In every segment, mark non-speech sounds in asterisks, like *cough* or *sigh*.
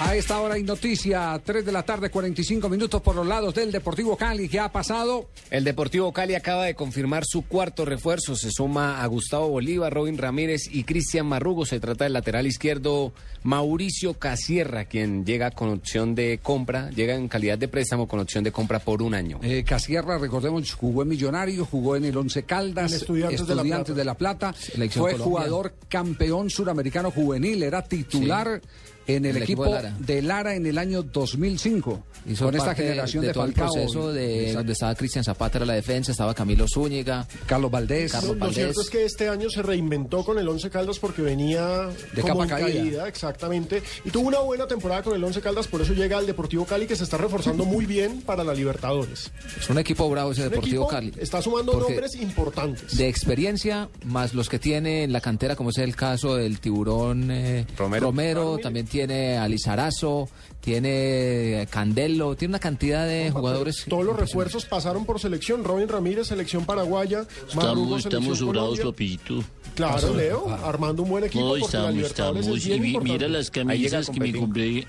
A esta hora hay noticia, 3 de la tarde, 45 minutos por los lados del Deportivo Cali. ¿Qué ha pasado? El Deportivo Cali acaba de confirmar su cuarto refuerzo. Se suma a Gustavo Bolívar, Robin Ramírez y Cristian Marrugo. Se trata del lateral izquierdo Mauricio Casierra, quien llega con opción de compra, llega en calidad de préstamo con opción de compra por un año. Eh, Casierra, recordemos, jugó en Millonario, jugó en el Once Caldas, En Estudiantes de la Estudiantes de La Plata. Selección Fue Colombia. jugador campeón suramericano juvenil, era titular. En el, El equipo, equipo de Lara. de Lara en el año 2005, Hizo con esta parte generación de, todo el Falcao, proceso de, Exacto. donde estaba Cristian Zapata era la defensa, estaba Camilo Zúñiga. Carlos Valdés. Carlos Lo Valdés. cierto es que este año se reinventó con el Once Caldas porque venía De como capa en caída. caída. exactamente. Y tuvo una buena temporada con el Once Caldas, por eso llega al Deportivo Cali que se está *laughs* reforzando muy bien para la Libertadores. Es un equipo bravo ese Un Deportivo equipo Cali. Está sumando Porque nombres importantes. De experiencia, más los que tiene en la cantera, como es el caso del tiburón eh, Romero. Ramírez. también tiene a Lizarazo, tiene Candelo, tiene una cantidad de jugadores. Todos los refuerzos pasaron por selección. Robin Ramírez, selección paraguaya. Marrugo, Estamos, estamos selección sobrados, Colombia. papito. Claro, Leo, armando un buen equipo No, porque la estamos, Libertadores es estamos. bien Y vi- importante. mira las camisas que me compré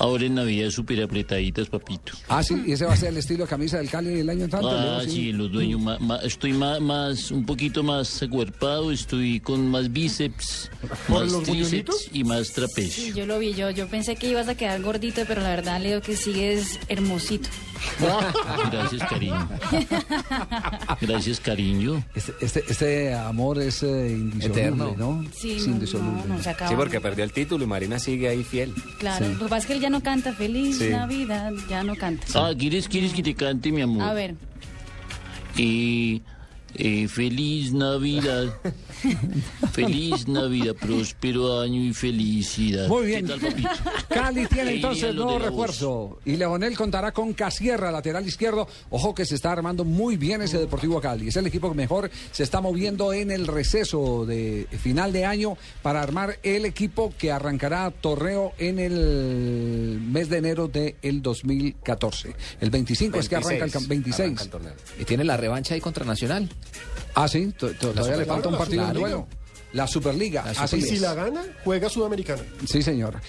ahora en Navidad súper apretaditas, papito. Ah, sí, y ese va a ser el estilo de camisa del Cali del año entrante. Ah, Leo, sí. sí, los dueños. ma- ma- estoy más, más, un poquito más acuerpado, estoy con más bíceps, ¿Por más los tríceps buñuelitos? y más Sí, trapecio. yo lo vi, yo, yo pensé que ibas a quedar gordito, pero la verdad, Leo, que sigues hermosito. Gracias, *laughs* cariño. Gracias, cariño. Este, este, este amor es eh, indisoluble, Eterno. ¿no? Sí, Es no, indisoluble. no, no se acaba. Sí, porque pues, perdió el título y Marina sigue ahí fiel. Claro, lo que pasa es que él ya no canta. Feliz Sí. Navidad, ya no canta. Ah, ¿quieres, quieres que te cante, mi amor? A ver, Y eh, *laughs* feliz Navidad. feliz Navidad, próspero año y felicidad. Muy bien. ¿Qué tal, papito? Cali tiene Ahí entonces irían los nuevo de la voz. refuerzo. Y Leonel contará con Casierra, lateral izquierdo. Ojo que se está armando muy bien ese Deportivo Cali. Es el equipo que mejor se está moviendo en el receso de final de año para armar el equipo que arrancará torneo en el mes de enero del 2014. El 25 es que arranca el cam- 26. Pues Arranca el torneo. Y tiene la revancha ahí contra Nacional. ah, sí, to- to- todavía le Superliga. falta un La partido en Superliga. duelo. La Superliga. La así Y Superliga. es. si la gana, juega Sudamericana. Sí, señor.